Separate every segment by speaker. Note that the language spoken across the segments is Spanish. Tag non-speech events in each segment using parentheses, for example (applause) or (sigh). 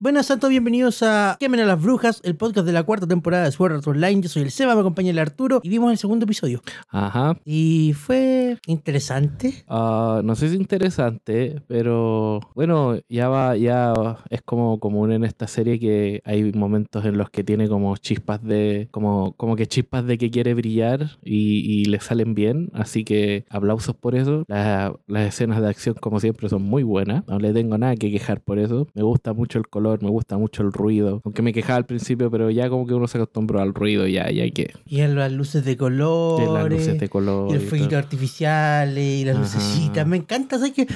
Speaker 1: Buenas a todos, bienvenidos a Quemen a las Brujas, el podcast de la cuarta temporada de Sword Art Online. Yo soy el Seba, me acompaña el Arturo y vimos el segundo episodio.
Speaker 2: Ajá.
Speaker 1: Y fue interesante.
Speaker 2: Ah, no sé si es interesante, pero bueno, ya va, ya es como común en esta serie que hay momentos en los que tiene como chispas de, como, como que chispas de que quiere brillar y, y le salen bien, así que aplausos por eso. La- las escenas de acción como siempre son muy buenas, no le tengo nada que quejar por eso. Me gusta mucho el color, me gusta mucho el ruido, aunque me quejaba al principio, pero ya como que uno se acostumbró al ruido, ya, ya que
Speaker 1: Y en las luces de
Speaker 2: que
Speaker 1: colores.
Speaker 2: las luces de color.
Speaker 1: Y los
Speaker 2: y todo.
Speaker 1: fueguitos artificiales y las
Speaker 2: Ajá.
Speaker 1: lucecitas. Me encanta, ¿sabes qué?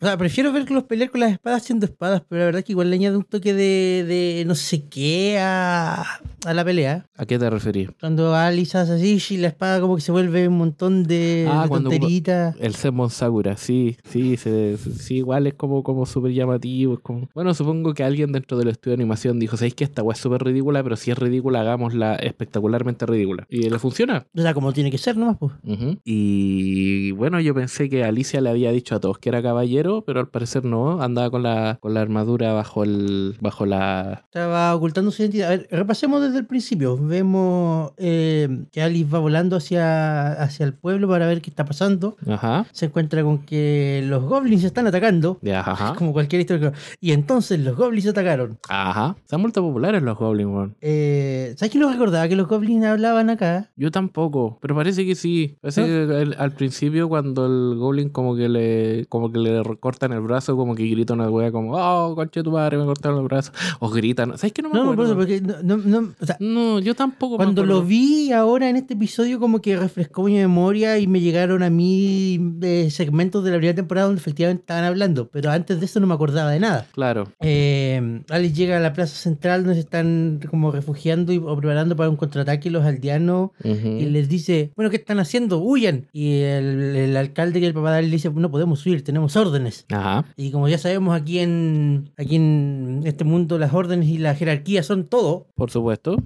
Speaker 1: O sea, prefiero ver que los pelear con las espadas siendo espadas, pero la verdad es que igual le añade un toque de, de no sé qué a, a la pelea.
Speaker 2: ¿A qué te referís?
Speaker 1: Cuando Alice hace así y la espada como que se vuelve un montón de,
Speaker 2: Ah,
Speaker 1: de
Speaker 2: cuando ocupa-
Speaker 1: tonteritas.
Speaker 2: El Semon Sakura, sí, sí, se- sí, igual es como, como súper llamativo. es como- Bueno, supongo que alguien dentro del estudio de animación dijo, ¿sabéis que esta weá es súper ridícula? Pero si es ridícula, hagámosla espectacularmente ridícula. Y le funciona.
Speaker 1: O sea, como tiene que ser nomás, pues.
Speaker 2: Ujú. Y bueno, yo pensé que Alicia le había dicho a todos que era caballero, pero al parecer no, andaba con la, con la armadura bajo el bajo la...
Speaker 1: Estaba ocultando su identidad. A ver, repasemos desde el principio. Vemos eh, que Alice va volando hacia, hacia el pueblo para ver qué está pasando.
Speaker 2: Ajá.
Speaker 1: Se encuentra con que los goblins están atacando.
Speaker 2: Ya, ajá.
Speaker 1: Como cualquier historia. Y entonces los goblins atacaron.
Speaker 2: Ajá. Se han vuelto populares los Goblin weón.
Speaker 1: Eh, ¿Sabes que no recordaba que los goblins hablaban acá?
Speaker 2: Yo tampoco, pero parece que sí. Parece
Speaker 1: ¿No?
Speaker 2: que al, al principio cuando el goblin como que le como que le recortan el brazo, como que grita una wea como, "Oh, conche tu madre, me cortaron el brazo." O gritan, ¿sabes qué no me
Speaker 1: No, no, por
Speaker 2: acuerdo?
Speaker 1: eso, porque no, no, no, o sea,
Speaker 2: No, yo tampoco. me
Speaker 1: cuando lo
Speaker 2: acuerdo.
Speaker 1: vi ahora en este episodio como que refrescó mi memoria y me llegaron a mí eh, segmentos de la primera temporada donde efectivamente estaban hablando, pero antes de eso no me acordaba de nada.
Speaker 2: Claro.
Speaker 1: Eh, Alice llega a la plaza central donde se están como refugiando y, o preparando para un contraataque los aldeanos
Speaker 2: Ujú.
Speaker 1: y les dice, bueno, ¿qué están haciendo? ¡Huyan! Y el, el alcalde que el papá de Alice le dice, no podemos huir, tenemos órdenes.
Speaker 2: Ajá.
Speaker 1: Y como ya sabemos, aquí en, aquí en este mundo las órdenes y la jerarquía son todo.
Speaker 2: Por supuesto.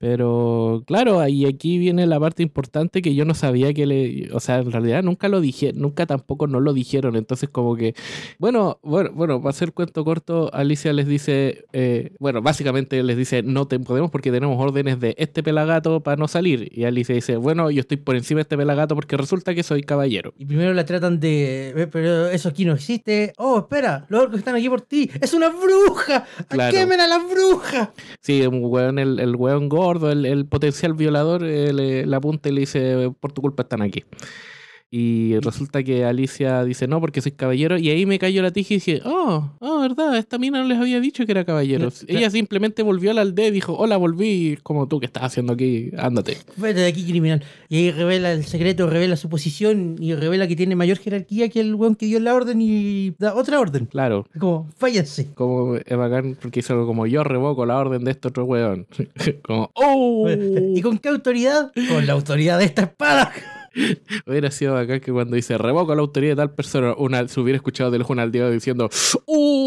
Speaker 2: Pero claro, ahí aquí viene la parte importante que yo no sabía que le, o sea, en realidad nunca lo dije, nunca tampoco no lo dijeron, entonces como que bueno, bueno, bueno, para hacer cuento corto, Alicia les dice, eh, bueno, básicamente les dice, no te podemos porque tenemos órdenes de este pelagato para no salir. Y Alicia dice, bueno, yo estoy por encima de este pelagato porque resulta que soy caballero.
Speaker 1: Y primero la tratan de, "Eh, pero eso aquí no existe. Oh, espera, los orcos están aquí por ti. Es una bruja.
Speaker 2: Claro.
Speaker 1: ¡Quemen a la bruja!
Speaker 2: Sí, un weón, el, el weón gordo, el, el potencial violador, eh, le, le apunta y le dice, por tu culpa están aquí. Y resulta que Alicia dice, no, porque soy caballero. Y ahí me cayó la tija y dije, oh, oh, verdad, esta mina no les había dicho que era caballero.
Speaker 1: Cla-
Speaker 2: Ella simplemente volvió a la aldea y dijo, hola, volví, como tú que estás haciendo aquí, ándate.
Speaker 1: Vete de aquí, criminal. Y ahí revela el secreto, revela su posición y revela que tiene mayor jerarquía que el weón que dio la orden y da otra orden.
Speaker 2: Claro,
Speaker 1: Es Como, fállense.
Speaker 2: como es bacán porque hizo algo como yo revoco la orden de este otro weón. (laughs) como, oh.
Speaker 1: (laughs) ¿Y con qué autoridad? Con la autoridad de esta espada. (laughs)
Speaker 2: Hubiera sido acá que cuando dice revoco la autoridad de tal persona, una, se hubiera escuchado de lejos un aldeo diciendo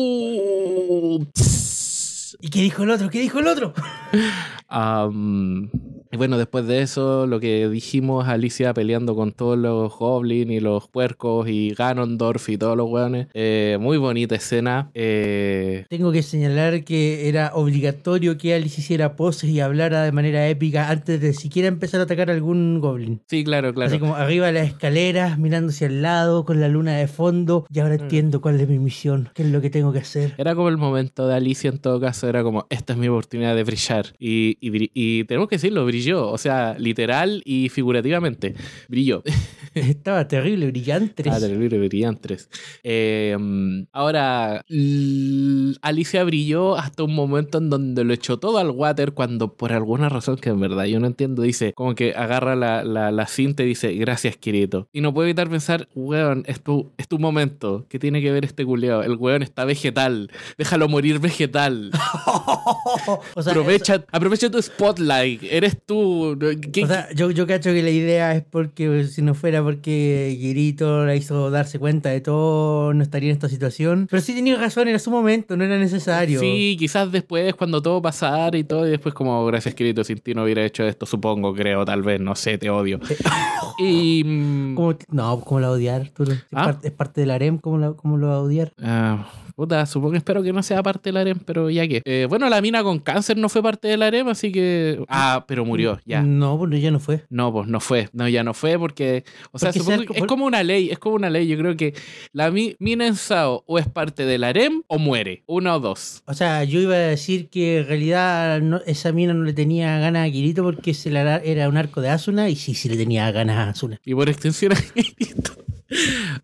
Speaker 2: "Uh, tss".
Speaker 1: ¿Y qué dijo el otro? ¿Qué dijo el otro? (laughs)
Speaker 2: Am, y bueno, después de eso, lo que dijimos, Alicia peleando con todos los goblins y los puercos y Ganondorf y todos los weones. Eh, muy bonita escena. Eh,
Speaker 1: Tengo que señalar que era obligatorio que Alice hiciera poses y hablara de manera épica antes de siquiera empezar a atacar a algún goblin.
Speaker 2: sí, claro, claro.
Speaker 1: Así como arriba de las escaleras, mirando hacia el lado, con la luna de fondo. Y ahora entiendo cuál es mi misión, qué es lo que tengo que hacer.
Speaker 2: Era como el momento de Alicia en todo caso, era como, esta es mi oportunidad de brillar. Y, y bri- y tenemos que decirlo, brilló, o sea, literal y figurativamente, brilló.
Speaker 1: (laughs) Estaba terrible, brillante.
Speaker 2: Ah, del libro de Brillantres. Eh, mm, ahora, l- Alicia brilló hasta un momento en donde lo echó todo al water cuando por alguna razón que en verdad yo no entiendo, dice, como que agarra la, la, la cinta y dice, gracias, Kirito. Y no puedo evitar pensar, weón, es tu, es tu momento. ¿Qué tiene que ver este culeado? El weón está vegetal. Déjalo morir vegetal.
Speaker 1: (laughs) (laughs) O sea,
Speaker 2: aprovecha, aprovecha tu spotlight. Eres tú. ¿Qué-
Speaker 1: O sea, yo, yo cacho que la idea es porque si no fuera porque Girito la hizo darse cuenta de todo, no estaría en esta situación. Pero sí tenía razón, era su momento, no era necesario.
Speaker 2: Sí, quizás después, cuando todo pasara y todo, y después como, gracias querido, sin ti no hubiera hecho esto, supongo, creo, tal vez, no sé, te odio. (laughs) y... mm,
Speaker 1: ¿Cómo- no, ¿cómo la va a odiar? Tú, es,
Speaker 2: Ah.
Speaker 1: parte, es parte del harem, ¿cómo, la, ¿cómo lo va a odiar?
Speaker 2: ah, puta, supongo, espero que no sea parte del harem, pero ya que... Eh, bueno, la mina con cáncer no fue parte del harem, así que... Ah, pero murió,
Speaker 1: Mm,
Speaker 2: ya.
Speaker 1: No, bueno, ya no fue.
Speaker 2: No, pues no fue. No, ya no fue porque. O sea,
Speaker 1: Porque
Speaker 2: supongo
Speaker 1: ser-
Speaker 2: que es como una ley. Es como una ley. Yo creo que la mi- mina en Sao o es parte del harem o muere. Una o dos.
Speaker 1: O sea, yo iba a decir que en realidad no- esa mina no le tenía ganas a Girito porque se la era- era un arco de Asuna y sí, sí le tenía ganas a Asuna.
Speaker 2: Y por extensión a Kirito.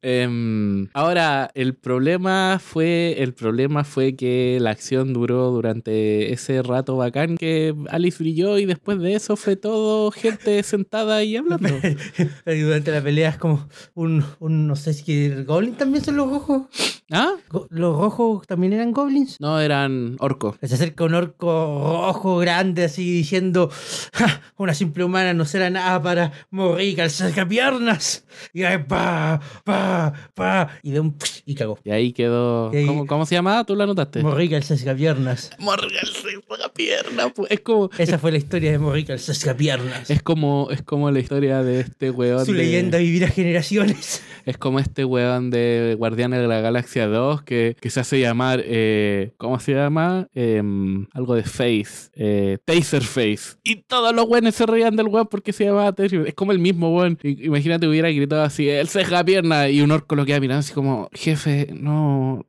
Speaker 2: Em, ahora, el problema fue. El problema fue que la acción duró durante ese rato bacán que Alice brilló y después de eso fue todo gente sentada y hablando.
Speaker 1: (laughs) Y durante la pelea es como un, un no sé si el Goblin también son los ojos.
Speaker 2: ¿Ah?
Speaker 1: Go- ¿Los rojos también eran goblins? Pues
Speaker 2: No, eran orco.
Speaker 1: Se acerca un orco rojo grande así diciendo, "Ja, una simple humana no será nada para morir calzar piernas. Y ahí pa, pa, pa. Y de un psh, y cagó.
Speaker 2: Y ahí quedó.
Speaker 1: Y ahí-
Speaker 2: ¿Cómo, cómo se llamaba? ¿Tú lo anotaste?
Speaker 1: Morir calzar piernas.
Speaker 2: Morgarse por la pierna. pues. Es como,
Speaker 1: Esa fue la historia de Morir calzar piernas.
Speaker 2: es como, es como la historia de este weón.
Speaker 1: Su
Speaker 2: de-
Speaker 1: leyenda vivirá generaciones.
Speaker 2: Es como este weón de Guardianes de la Galaxia 2 que, que se hace llamar. eh, ¿Cómo se llama? Em, algo de Face. Eh, Taser Face. Y todos los weones se reían del weón porque se llamaba Taser. Es como el mismo weón. I- Imagínate hubiera gritado así: el ceja pierna. Y un orco lo queda mirando así como: jefe, no.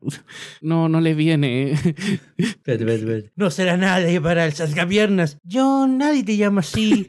Speaker 2: No, no le viene. (laughs)
Speaker 1: Espérate, espérate, espérate. No será nadie para el piernas. Yo, nadie te llama así.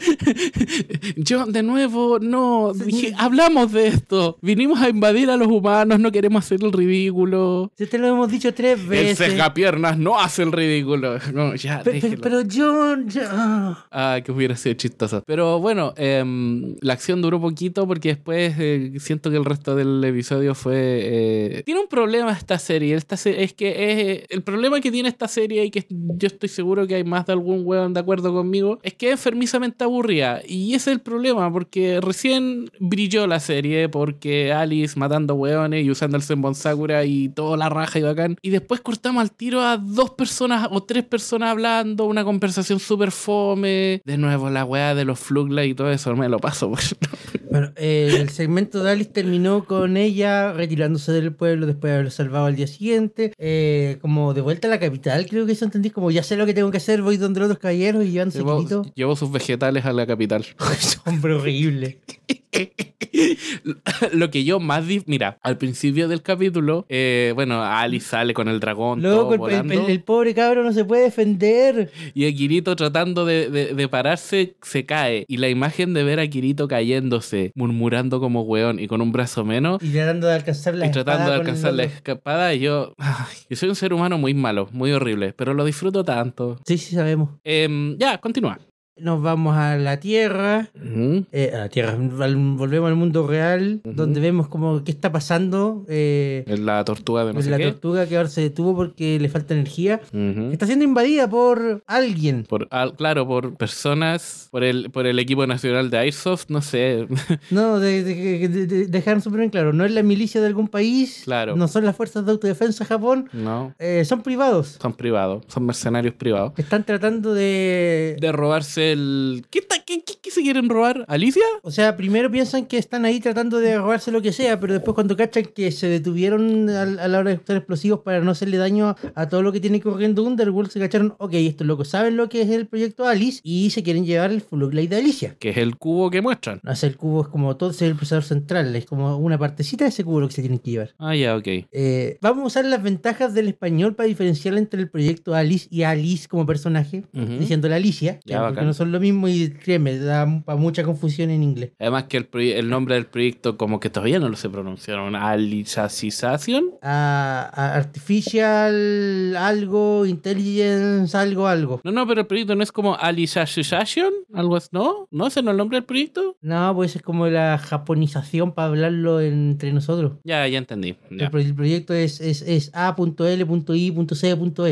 Speaker 2: Yo, de nuevo, no. dije, hablamos de esto. Vinimos a invadir a los humanos, no queremos hacer el ridículo.
Speaker 1: Si te lo hemos dicho tres
Speaker 2: El
Speaker 1: veces.
Speaker 2: ceja piernas no hace el ridículo. (laughs) No, ya,
Speaker 1: Pe- pe-
Speaker 2: déjelo.
Speaker 1: pero yo... yo- ah.
Speaker 2: Ah, que hubiera sido chistoso. Pero bueno, em, la acción duró poquito porque después eh, siento que el resto del episodio fue... eh, Tiene un problema esta serie. Esta se- es que es, el problema que tiene esta serie y que yo estoy seguro que hay más de algún weón de acuerdo conmigo, es que es enfermizamente aburrida. Y ese es el problema porque recién brilló la serie porque Alice matando weones y usando el Senbon Sakura y toda la raja y bacán. Y después cortamos al tiro a dos personas o tres personas hablando, una conversación súper fome. De nuevo, la weá de los flugla y todo eso, me lo paso.
Speaker 1: (laughs)
Speaker 2: por-
Speaker 1: Bueno, eh, el segmento de Alice terminó con ella retirándose del pueblo después de haberlo salvado al día siguiente, eh, como de vuelta a la capital, creo que eso entendí, como ya sé lo que tengo que hacer, voy donde los otros caballeros y llevan (laughs)
Speaker 2: Llevo,
Speaker 1: sequito.
Speaker 2: llevo sus vegetales a la capital. (laughs)
Speaker 1: Hombre horrible.
Speaker 2: lo que yo más... di- Mira, al principio del capítulo, eh, bueno, Alice sale (laughs) con el dragón. todo
Speaker 1: Luego el, el-
Speaker 2: volando.
Speaker 1: el- el pobre cabro no se puede defender.
Speaker 2: Y el Kirito tratando de, de- de pararse se cae. Y la imagen de ver a Kirito cayéndose, murmurando como weón y con un brazo menos.
Speaker 1: Y tratando de alcanzar la
Speaker 2: Y tratando de
Speaker 1: espada con el
Speaker 2: alcanzar la
Speaker 1: otro.
Speaker 2: escapada, y yo, ay, yo soy un ser humano muy malo, muy horrible, pero lo disfruto tanto.
Speaker 1: Sí, sí, sabemos.
Speaker 2: Em, ya, continúa.
Speaker 1: Nos vamos a la tierra.
Speaker 2: Ujú.
Speaker 1: eh, a la tierra, al- volvemos al mundo real,
Speaker 2: Ujú.
Speaker 1: donde vemos como qué está pasando. eh,
Speaker 2: Es La tortuga de no
Speaker 1: Es
Speaker 2: sé
Speaker 1: la
Speaker 2: qué.
Speaker 1: tortuga que ahora se detuvo porque le falta energía.
Speaker 2: Ujú.
Speaker 1: Está siendo invadida por alguien.
Speaker 2: (laughs) Por, al- claro, por personas, por el, por el equipo nacional de Airsoft, no sé.
Speaker 1: No, de, de- de- de- dejaron súper bien claro. No es la milicia de algún país.
Speaker 2: Claro.
Speaker 1: No son las fuerzas de autodefensa de Japón.
Speaker 2: (laughs) no,
Speaker 1: eh, son privados.
Speaker 2: son privados, son mercenarios privados.
Speaker 1: Están tratando de...
Speaker 2: De robarse el. ¿Qué, ta- qué- qué- qué se quieren robar? ¿Alicia?
Speaker 1: O sea, primero piensan que están ahí tratando de robarse lo que sea, pero después cuando cachan que se detuvieron al- a, la hora de usar explosivos para no hacerle daño a, a todo lo que tiene corriendo Underworld, se cacharon, ok, estos locos saben lo que es el proyecto Alice y se quieren llevar el Full Glide de Alicia.
Speaker 2: Que es el cubo que muestran.
Speaker 1: O sea, el cubo es como todo es el procesador central, es como una partecita de ese cubo lo que se tienen que llevar.
Speaker 2: Ah, ya, ok.
Speaker 1: Eh, vamos a usar las ventajas del español para diferenciar entre el proyecto Alice y Alice como personaje,
Speaker 2: Ujú.
Speaker 1: diciéndole Alicia,
Speaker 2: Ya,
Speaker 1: porque
Speaker 2: bacán.
Speaker 1: no no son lo mismo y créeme, da para mucha confusión en inglés.
Speaker 2: Además que el, proye- el nombre del proyecto como que todavía no lo se pronunciaron. Alicización.
Speaker 1: A- a artificial, algo, intelligence, algo, algo.
Speaker 2: No, no, pero el proyecto no es como Alicización. Algo así. No, no, ese no es el nombre del proyecto.
Speaker 1: No, pues es como la japonización para hablarlo entre nosotros.
Speaker 2: Ya, ya entendí.
Speaker 1: El,
Speaker 2: Ya.
Speaker 1: pro- el proyecto es, es, es
Speaker 2: Ah,
Speaker 1: A.L.I.I.C.E. punto.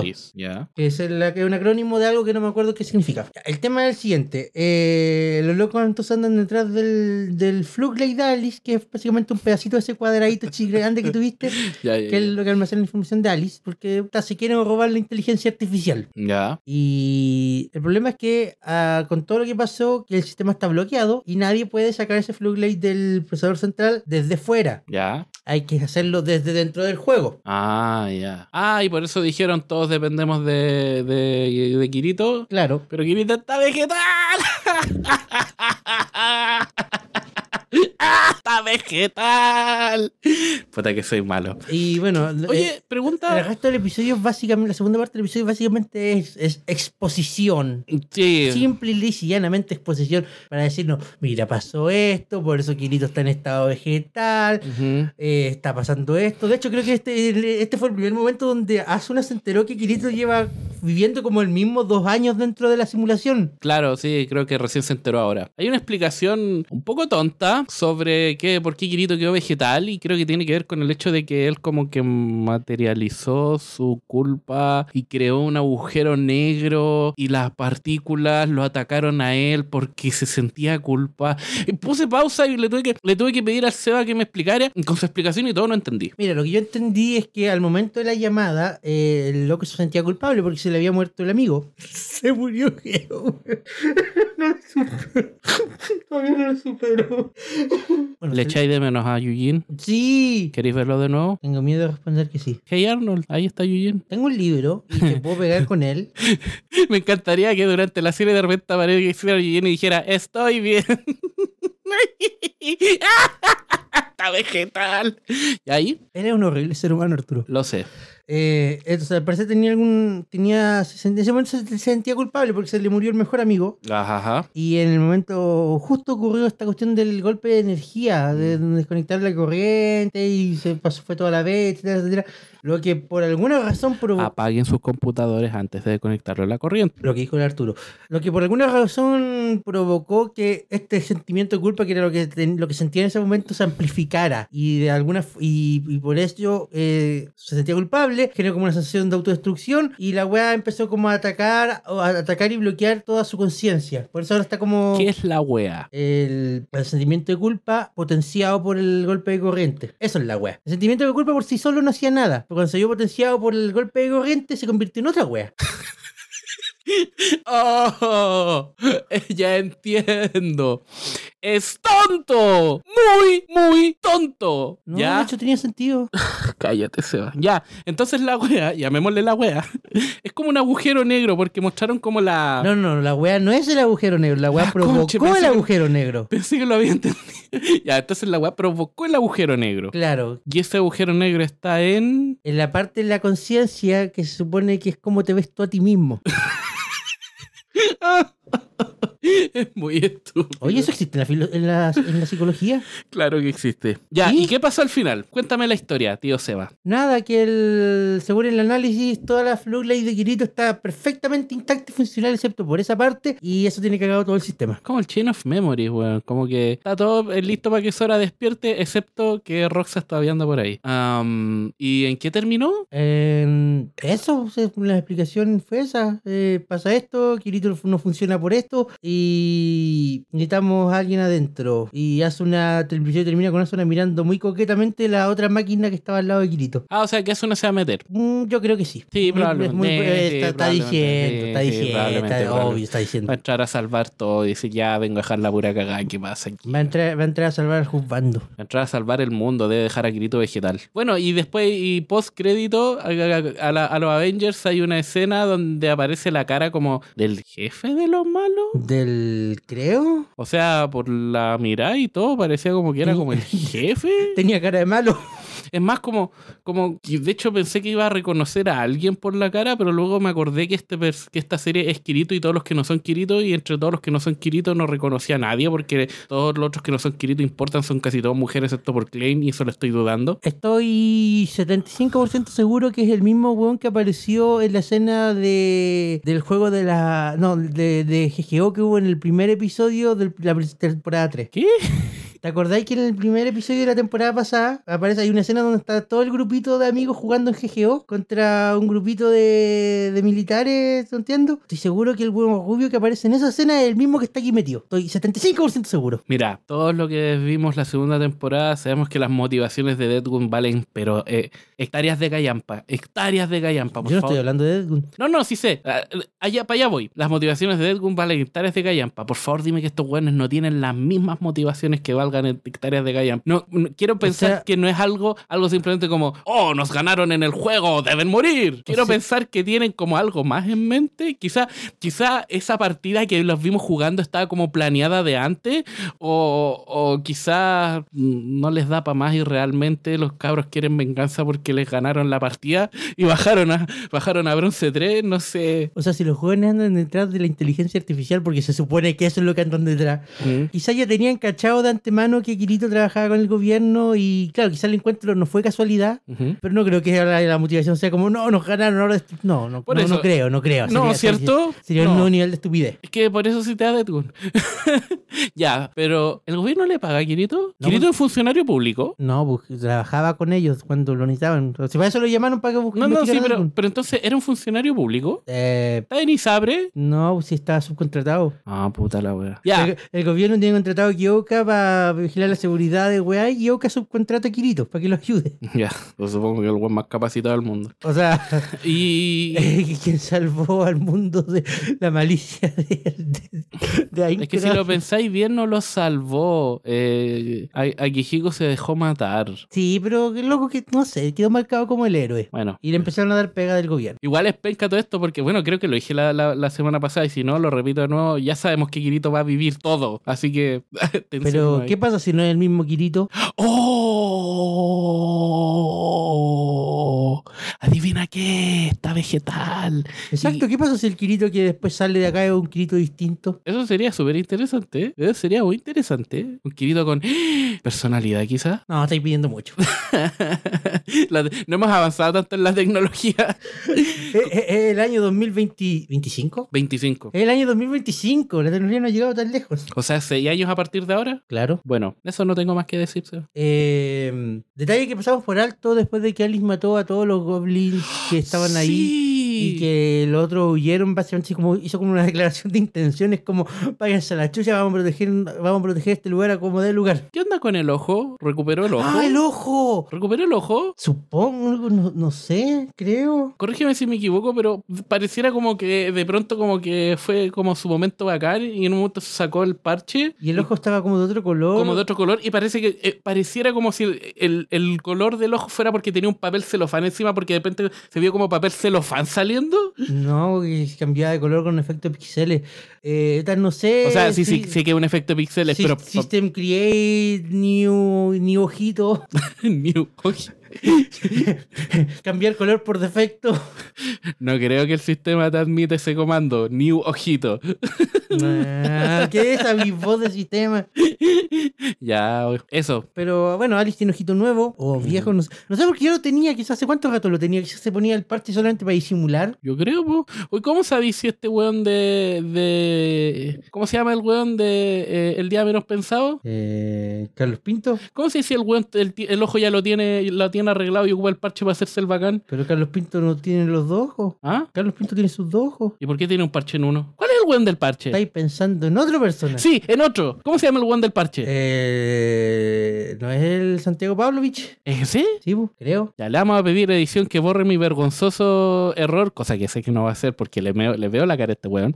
Speaker 2: Alice, ya.
Speaker 1: Que es, el- que es un acrónimo de algo que no me acuerdo qué significa. Ya, El tema es el siguiente. Eh, los locos entonces andan detrás del, del Flugleidalis, que es básicamente un pedacito de ese cuadradito chi- grande que tuviste,
Speaker 2: Ya, ya,
Speaker 1: que es
Speaker 2: ya.
Speaker 1: lo que almacena la información de Alice, porque puta, se quieren robar la inteligencia artificial.
Speaker 2: Ya.
Speaker 1: Y el problema es que ah, con todo lo que pasó, que el sistema está bloqueado y nadie puede sacar ese Fluglade del procesador central desde fuera.
Speaker 2: Ya.
Speaker 1: Hay que hacerlo desde dentro del juego. (laughs)
Speaker 2: Ah, ya. Ah, y por eso dijeron todos dependemos de, de, de Kirito.
Speaker 1: Claro.
Speaker 2: Pero Kirito está vegetal. ¡Ah, está vegetal. Puta que soy malo.
Speaker 1: Y bueno, eh,
Speaker 2: Oye,
Speaker 1: el
Speaker 2: pregunta.
Speaker 1: resto del episodio es básicamente, la segunda parte del episodio básicamente es, es exposición.
Speaker 2: eh, Sí.
Speaker 1: Simple y lisa y llanamente exposición para decirnos, mira, pasó esto, por eso Kirito está en estado vegetal,
Speaker 2: Ujú.
Speaker 1: eh, está pasando esto. De hecho, creo que este, este fue el primer momento donde Asuna se enteró que Kirito lleva viviendo como el mismo dos años dentro de la simulación.
Speaker 2: Claro, sí, creo que recién se enteró ahora. Hay una explicación un poco tonta sobre qué, por qué Kirito quedó vegetal y creo que tiene que ver con el hecho de que él como que materializó su culpa y creó un agujero negro y las partículas lo atacaron a él porque se sentía culpa. Y puse pausa y le tuve que, le tuve que pedir al Seba que me explicara y con su explicación y todo no entendí.
Speaker 1: Mira, lo que yo entendí es que al momento de la llamada, eh, el loco se sentía culpable porque se le había muerto el amigo. (laughs) Se murió, Geo. (laughs) No lo superó. Todavía no lo superó. Bueno,
Speaker 2: ¿Le
Speaker 1: se-
Speaker 2: echáis de menos a Eugene?
Speaker 1: Sí.
Speaker 2: ¿Queréis verlo de nuevo?
Speaker 1: Tengo miedo de responder que sí.
Speaker 2: Hey Arnold, ahí está Eugene.
Speaker 1: Tengo un libro y te puedo pegar con él.
Speaker 2: (laughs) Me encantaría que durante la serie de repente apareciera Eugene y dijera, estoy bien. (laughs) Está vegetal. Y ahí,
Speaker 1: Eres un horrible ser humano, Arturo.
Speaker 2: lo sé.
Speaker 1: Eh, entonces, al parecer tenía algún. Tenía, se sentía, en ese momento se sentía culpable porque se le murió el mejor amigo.
Speaker 2: Ajá, ajá.
Speaker 1: Y en el momento justo ocurrió esta cuestión del golpe de energía, de desconectar la corriente y se pasó, fue toda la vez, etcétera, etcétera. Lo que por alguna razón provocó.
Speaker 2: Apaguen sus computadores antes de conectarlo a la corriente.
Speaker 1: Lo que dijo el Arturo. Lo que por alguna razón provocó que este sentimiento de culpa, que era lo que, ten- lo que sentía en ese momento, se amplificara. Y de alguna f- y, y por ello eh, se sentía culpable, generó como una sensación de autodestrucción. Y la weá empezó como a atacar, o a atacar y bloquear toda su conciencia. Por eso ahora está como.
Speaker 2: ¿Qué es la wea?
Speaker 1: El, el sentimiento de culpa potenciado por el golpe de corriente. Eso es la wea. El sentimiento de culpa por sí solo no hacía nada. Pero cuando se vio potenciado por el golpe de corriente, se convirtió en otra wea.
Speaker 2: ¡Oh! (laughs) Ya entiendo. Es tonto. Muy, muy tonto.
Speaker 1: No,
Speaker 2: ¿Ya?
Speaker 1: de hecho tenía sentido.
Speaker 2: Cállate, Seba. Ya, entonces la wea, llamémosle la wea, (laughs) es como un agujero negro porque mostraron como la...
Speaker 1: No, no, no, la weá no es el agujero negro, la weá
Speaker 2: Ah,
Speaker 1: provocó
Speaker 2: conche, pensé
Speaker 1: el
Speaker 2: que-
Speaker 1: agujero negro.
Speaker 2: Pensé que lo había entendido. (laughs) ya, entonces la wea provocó el agujero negro.
Speaker 1: Claro,
Speaker 2: Y ese agujero negro está en... (laughs)
Speaker 1: en la parte de la conciencia que se supone que es como te ves tú a ti mismo.
Speaker 2: es muy estúpido.
Speaker 1: Oye, ¿eso existe en la, filo- en la, en la psicología?
Speaker 2: Claro que existe. Ya,
Speaker 1: ¿Sí?
Speaker 2: ¿y qué pasó al final? Cuéntame la historia, tío Seba.
Speaker 1: Nada, que el, según el análisis, toda la Flugley de Kirito está perfectamente intacta y funcional, excepto por esa parte, y eso tiene cagado todo el sistema.
Speaker 2: Como el Chain of Memories, weón. Como que está todo eh, listo para que Sora despierte, excepto que Roxa está viendo por ahí. Am, ¿Y en qué terminó?
Speaker 1: Eh, eso, o sea, la explicación fue esa. Eh, pasa esto, Kirito no funciona por esto y necesitamos a alguien adentro. Y hace una el episodio termina con Asuna mirando muy coquetamente la otra máquina que estaba al lado de Kirito.
Speaker 2: Ah, o sea, que eso no se va a meter.
Speaker 1: Mm, yo creo que sí.
Speaker 2: Sí,
Speaker 1: Muy-
Speaker 2: probablemente,
Speaker 1: muy- eh,
Speaker 2: sí,
Speaker 1: está, está
Speaker 2: probablemente,
Speaker 1: diciendo, está
Speaker 2: sí, sí,
Speaker 1: diciendo,
Speaker 2: probablemente,
Speaker 1: está-
Speaker 2: probablemente.
Speaker 1: obvio, está diciendo.
Speaker 2: Va a entrar a salvar todo y dice, ya vengo a dejar la pura cagada que pasa aquí.
Speaker 1: Va a entrar, va a, entrar a salvar al juzgando.
Speaker 2: Va a entrar a salvar el mundo, debe dejar a Kirito vegetal. Bueno, y después, y post crédito, a, a- a la- a los Avengers hay una escena donde aparece la cara como del jefe de los malos.
Speaker 1: Del, creo.
Speaker 2: O sea, por la mirada y todo, parecía como que era como el jefe.
Speaker 1: Tenía cara de malo.
Speaker 2: Es más como, como, y de hecho pensé que iba a reconocer a alguien por la cara, pero luego me acordé que, este, pers- que esta serie es Kirito y todos los que no son Kirito, y entre todos los que no son Kirito no reconocí a nadie, porque todos los otros que no son Kirito importan, son casi todos mujeres, excepto por Klein, y eso lo estoy dudando.
Speaker 1: Estoy 75% seguro que es el mismo weón que apareció en la escena de, del juego de la. No, de, de GGO que hubo en el primer episodio de la temporada 3.
Speaker 2: ¿Qué?
Speaker 1: ¿Te acordáis que en el primer episodio de la temporada pasada aparece hay una escena donde está todo el grupito de amigos jugando en GGO contra un grupito de, de militares tonteando? Estoy seguro que el huevo rubio que aparece en esa escena es el mismo que está aquí metido. Estoy 75% seguro.
Speaker 2: Mira, todos los que vimos la segunda temporada sabemos que las motivaciones de Deadwood valen, pero eh, hectáreas de gallampa, hectáreas de gallampa, Ah, por
Speaker 1: Yo no
Speaker 2: favor.
Speaker 1: estoy hablando de Edgun.
Speaker 2: No, no, sí sé. Ah, Allá para allá voy. Las motivaciones de Edgun valen hectáreas de Gallampa. Por favor, dime que estos weones no tienen las mismas motivaciones que valgan en hectáreas de Gallampa. No, no, quiero pensar
Speaker 1: sea-
Speaker 2: que no es algo, algo simplemente como, oh, nos ganaron en el juego, deben morir. Quiero
Speaker 1: sea-
Speaker 2: pensar que tienen como algo más en mente. Quizá, quizá esa partida que los vimos jugando estaba como planeada de antes. O, o quizás mm, no les da para más y realmente los cabros quieren venganza porque les ganaron la partida y bajaron a, bajaron a bronce 3, no sé.
Speaker 1: O sea, si los jóvenes andan detrás de la inteligencia artificial, porque se supone que eso es lo que andan detrás, Quizás ya tenían cachado de antemano que Kirito trabajaba con el gobierno y claro, quizás el encuentro no fue casualidad,
Speaker 2: Ujú.
Speaker 1: pero no creo que la, la motivación sea como, no, nos ganaron, ahora... estu-". No, no,
Speaker 2: Por
Speaker 1: no,
Speaker 2: eso.
Speaker 1: no creo, no creo.
Speaker 2: No, ¿cierto?
Speaker 1: Sería, sería un
Speaker 2: No.
Speaker 1: nuevo nivel de estupidez.
Speaker 2: Es que por eso sí te da Deadgun. (laughs) ya, pero ¿el gobierno le paga a Kirito?
Speaker 1: No,
Speaker 2: Kirito es funcionario público.
Speaker 1: No, pues, trabajaba con ellos cuando lo necesitaban. O sea, para eso lo llamaron para que busquen.
Speaker 2: No, no, sí, pero, pero entonces era un funcionario público. Está en Isabre.
Speaker 1: Eh, no, pues, si estaba subcontratado.
Speaker 2: Ah, puta la wea.
Speaker 1: El,
Speaker 2: Ya.
Speaker 1: el gobierno tiene contratado a Kyoka para vigilar la seguridad de weá y Kyoka subcontrata a Kirito para que lo ayude.
Speaker 2: (laughs) Ya, yo supongo que el weón más capacitado del mundo.
Speaker 1: O sea,
Speaker 2: (laughs)
Speaker 1: (laughs)
Speaker 2: Y. (laughs)
Speaker 1: quien salvó al mundo de la malicia de, de, de Aincrad.
Speaker 2: Es que si lo pensáis bien, no lo salvó. Eh, a, a Kijiko se dejó matar.
Speaker 1: Sí, pero qué loco que, no sé, quedó marcado como el héroe.
Speaker 2: Bueno,
Speaker 1: Y le empezaron a dar pega del gobierno.
Speaker 2: Igual es penca todo esto porque, bueno, creo que lo dije la, la- la semana pasada y si no, lo repito de nuevo, ya sabemos que Kirito va a vivir todo. Así que... (laughs) tensión no
Speaker 1: Pero,
Speaker 2: hay.
Speaker 1: ¿qué pasa si no es el mismo
Speaker 2: (gasps)
Speaker 1: Kirito?
Speaker 2: ¡Oh! Adivina qué, está vegetal.
Speaker 1: Exacto, ¿qué pasa si el Kirito que después sale de acá es un Kirito distinto?
Speaker 2: Eso sería súper interesante. ¿eh? Eso sería muy interesante. ¿eh? Un Kirito con (gasps) personalidad quizás.
Speaker 1: No, estáis pidiendo
Speaker 2: (laughs)
Speaker 1: mucho.
Speaker 2: La te- no hemos avanzado tanto en la tecnología. (laughs)
Speaker 1: Es es- es Eh, el año 2020, ¿25?
Speaker 2: 25.
Speaker 1: Es el año 2025, la tecnología no ha llegado tan lejos.
Speaker 2: O sea, 6 años a partir de ahora.
Speaker 1: Claro.
Speaker 2: Bueno, eso no tengo más que decir. Seba.
Speaker 1: Eh, detalle que pasamos por alto después de que Alice mató a todos los goblins
Speaker 2: (gasps)
Speaker 1: que estaban ahí.
Speaker 2: Sí.
Speaker 1: Y que los otros huyeron, básicamente así como hizo como una (laughs) declaración de intenciones, como váyanse a la chucha, vamos a proteger, vamos a proteger este lugar a como dé lugar.
Speaker 2: ¿Qué onda con el ojo? ¿Recuperó el ojo?
Speaker 1: ¡Ah, el ojo!
Speaker 2: ¿Recuperó el ojo?
Speaker 1: Supongo, no, no sé, creo.
Speaker 2: Corrígeme si me equivoco, pero pareciera como que de pronto como que fue como su momento bacán y en un momento se sacó el parche
Speaker 1: Y el ojo estaba como de otro color.
Speaker 2: como de otro color y parece que eh, pareciera como si el, el- el color del ojo fuera porque tenía un papel celofán encima porque de repente se vio como papel celofán saliendo.
Speaker 1: No, que cambiaba de color con efectos pixeles. Eh, tal, no sé.
Speaker 2: o sea, sí, sí,
Speaker 1: si-
Speaker 2: sí que es un efecto píxeles,
Speaker 1: si-
Speaker 2: pero... (laughs)
Speaker 1: System Create, New, new Ojito.
Speaker 2: Ni un ojo.
Speaker 1: (laughs) Cambiar color por
Speaker 2: (laughs)
Speaker 1: defecto.
Speaker 2: no creo que el sistema te admita ese comando. New ojito. (laughs)
Speaker 1: Ah, (laughs) ¿Qué es esa voz de sistema?
Speaker 2: Ya, eso.
Speaker 1: Pero bueno, Alice tiene ojito nuevo
Speaker 2: Mm.
Speaker 1: o viejo, no sé, no sé por qué yo lo tenía, quizás hace cuánto rato lo tenía, quizás se ponía el parche solamente para disimular.
Speaker 2: Yo creo, po. Oye, ¿Cómo sabéis si este weón de, de. ¿Cómo se llama el weón de eh, El Día Menos Pensado?
Speaker 1: Eh, Carlos Pinto,
Speaker 2: ¿Cómo se dice el weón, el, ti- el ojo ya lo tiene, lo tiene arreglado y ocupa el parche para hacerse el bacán?
Speaker 1: pero Carlos Pinto no tiene los dos ojos.
Speaker 2: ¿Ah?
Speaker 1: Carlos Pinto tiene sus dos ojos.
Speaker 2: ¿Y por qué tiene un parche en uno? ¿Cuál es el weón del parche?
Speaker 1: Estáis pensando en otra persona.
Speaker 2: Sí, en otro. ¿Cómo se llama el weón del parche?
Speaker 1: Eh, ¿No es el Santiago Pavlovich?
Speaker 2: ¿Ese?
Speaker 1: Sí, bu, creo.
Speaker 2: Ya le vamos a pedir a edición que borre mi vergonzoso error, cosa que sé que no va a hacer porque le, meo- le veo la cara a este weón.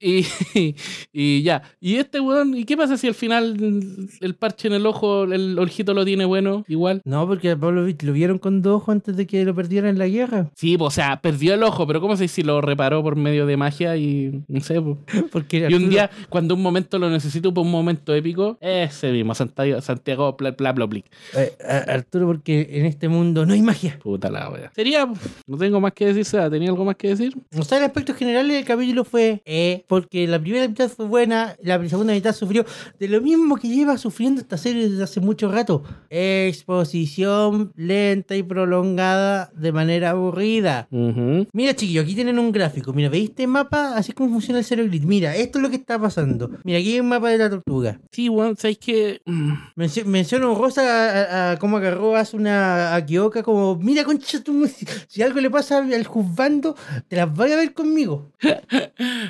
Speaker 2: Y, (laughs) y ya. ¿Y este weón? ¿Y qué pasa si al final el parche en el ojo, el ojito lo tiene bueno? Igual.
Speaker 1: No, porque a Pablo lo, vi- lo vieron con dos ojos antes de que lo perdieran en la guerra. (laughs)
Speaker 2: Sí, po, o sea, perdió el ojo, pero ¿cómo se dice si lo reparó por medio de magia y no sé? po.
Speaker 1: Porque
Speaker 2: Y un
Speaker 1: Arturo-
Speaker 2: día, cuando un momento lo necesito, por un momento épico, ese mismo, Santiago, Santiago bla, bla, bla, blic.
Speaker 1: eh, a- Arturo, porque en este mundo no hay magia.
Speaker 2: Puta la wea. Sería, no tengo más que decir, Seba, ¿tenía algo más que decir?
Speaker 1: O sea, en aspectos generales el capítulo fue eh, porque la primera mitad fue buena, la segunda mitad sufrió de lo mismo que lleva sufriendo esta serie desde hace mucho rato. Exposición lenta y prolongada de manera aburrida.
Speaker 2: Ujú.
Speaker 1: Mira, chiquillos, aquí tienen un gráfico. Mira, ¿veis este mapa? Así es como funciona el Zero Grid. Mira, esto es lo que está pasando. Mira, aquí hay un mapa de la tortuga.
Speaker 2: Sí, weón, ¿sabes qué? Mm,
Speaker 1: Mencio- menciono Rosa a, a- a cómo agarró a una a Kioka como, mira concha, tú, si, si algo le pasa al juzgando, te las voy a ver conmigo.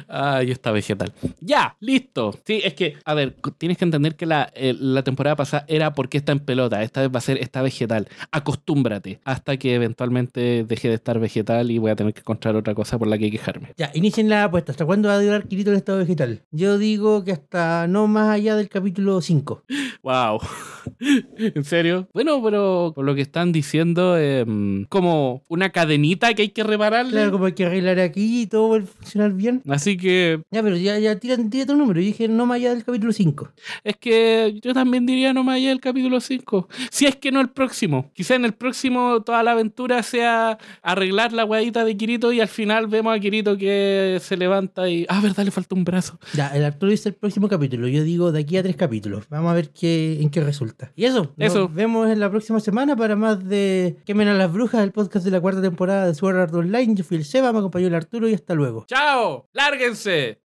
Speaker 2: Ay, está Ah, vegetal. Ya, listo. Sí, es que, a ver, cu- tienes que entender que la, eh, la temporada pasada era porque está en pelota. Esta vez va a ser está vegetal. Acostúmbrate hasta que eventualmente deje de estar vegetal y voy a tener que encontrar otra cosa por la que quejarme.
Speaker 1: Ya, inicien la apuesta. ¿Hasta cuándo va a durar Kirito en estado vegetal? Yo digo que hasta no más allá del capítulo 5.
Speaker 2: Wow. (laughs) ¿En serio? Bueno, pero por lo que están diciendo, em, como una cadenita que hay que repararle.
Speaker 1: Claro, como hay que arreglar aquí y todo vuelve a funcionar bien.
Speaker 2: Así que
Speaker 1: Ya, pero ya, ya tiran, tira tu número. Yo dije no más allá del capítulo 5.
Speaker 2: Es que yo también diría nomás ya el capítulo 5. Si es que no el próximo. Quizá en el próximo toda la aventura sea arreglar la guadita de Kirito y al final vemos a Kirito que se levanta y. Ah, verdad, le falta un brazo.
Speaker 1: Ya, el Arturo dice el próximo capítulo. Yo digo de aquí a tres capítulos. Vamos a ver qué, en qué resulta. Y eso, nos
Speaker 2: Eso.
Speaker 1: vemos en la próxima semana para más de Quemen a las Brujas, el podcast de la cuarta temporada de Sword Art Online. Yo fui el Seba, me acompañó el Arturo y hasta luego.
Speaker 2: ¡Chao! ¡Lárguense!